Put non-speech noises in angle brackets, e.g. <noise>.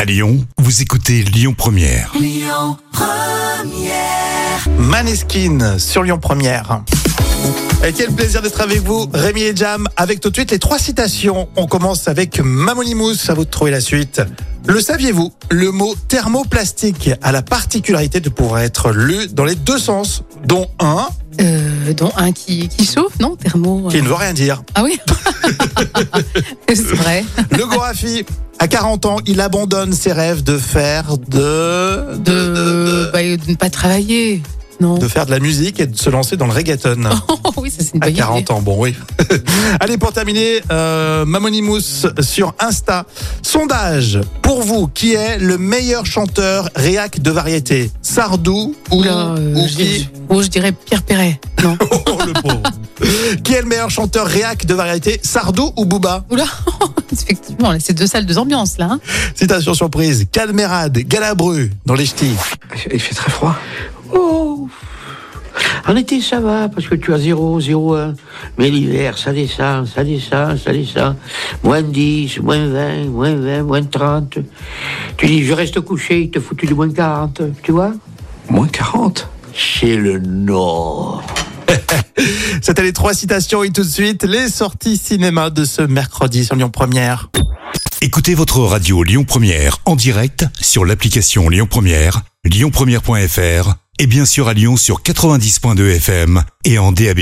À Lyon, vous écoutez Lyon Première. Maneskin sur Lyon Première. Et quel plaisir d'être avec vous, Rémi et Jam, avec tout de suite les trois citations. On commence avec Mamonimous, à vous de trouver la suite. Le saviez-vous, le mot thermoplastique a la particularité de pouvoir être lu dans les deux sens, dont un Euh, dont un qui, qui chauffe, non Thermo. euh. qui ne veut rien dire. Ah oui <laughs> C'est vrai. Le Gorafi, à 40 ans, il abandonne ses rêves de faire de... De, bah, de ne pas travailler. Non. de faire de la musique et de se lancer dans le reggaeton. <laughs> oui, ça c'est une À bonne 40 ans, bon oui. <laughs> Allez, pour terminer, euh, Mamonimous sur Insta. Sondage, pour vous, qui est le meilleur chanteur réac de variété Sardou ou, idée. Oula, euh, ou je, qui dirais- oh, je dirais Pierre Perret. Non. <laughs> Oh, le pauvre. <laughs> Qui est le meilleur chanteur réac de variété Sardou ou Booba Oula, <laughs> effectivement, là, c'est deux salles, deux ambiances là. hein. Citation surprise, Calmerade, Galabru dans les ch'tis. Il fait très froid. Oh En été, ça va, parce que tu as 0, 0, 1. Mais l'hiver, ça descend, ça descend, ça descend. Moins 10, moins 20, moins 20, moins 30. Tu dis, je reste couché, il te foutu du moins 40, tu vois Moins 40 C'est le Nord. C'était les trois citations et tout de suite, les sorties cinéma de ce mercredi sur Lyon Première. Écoutez votre radio Lyon Première en direct sur l'application Lyon Première, lyonpremière.fr et bien sûr à Lyon sur 90.2 FM et en DAB+.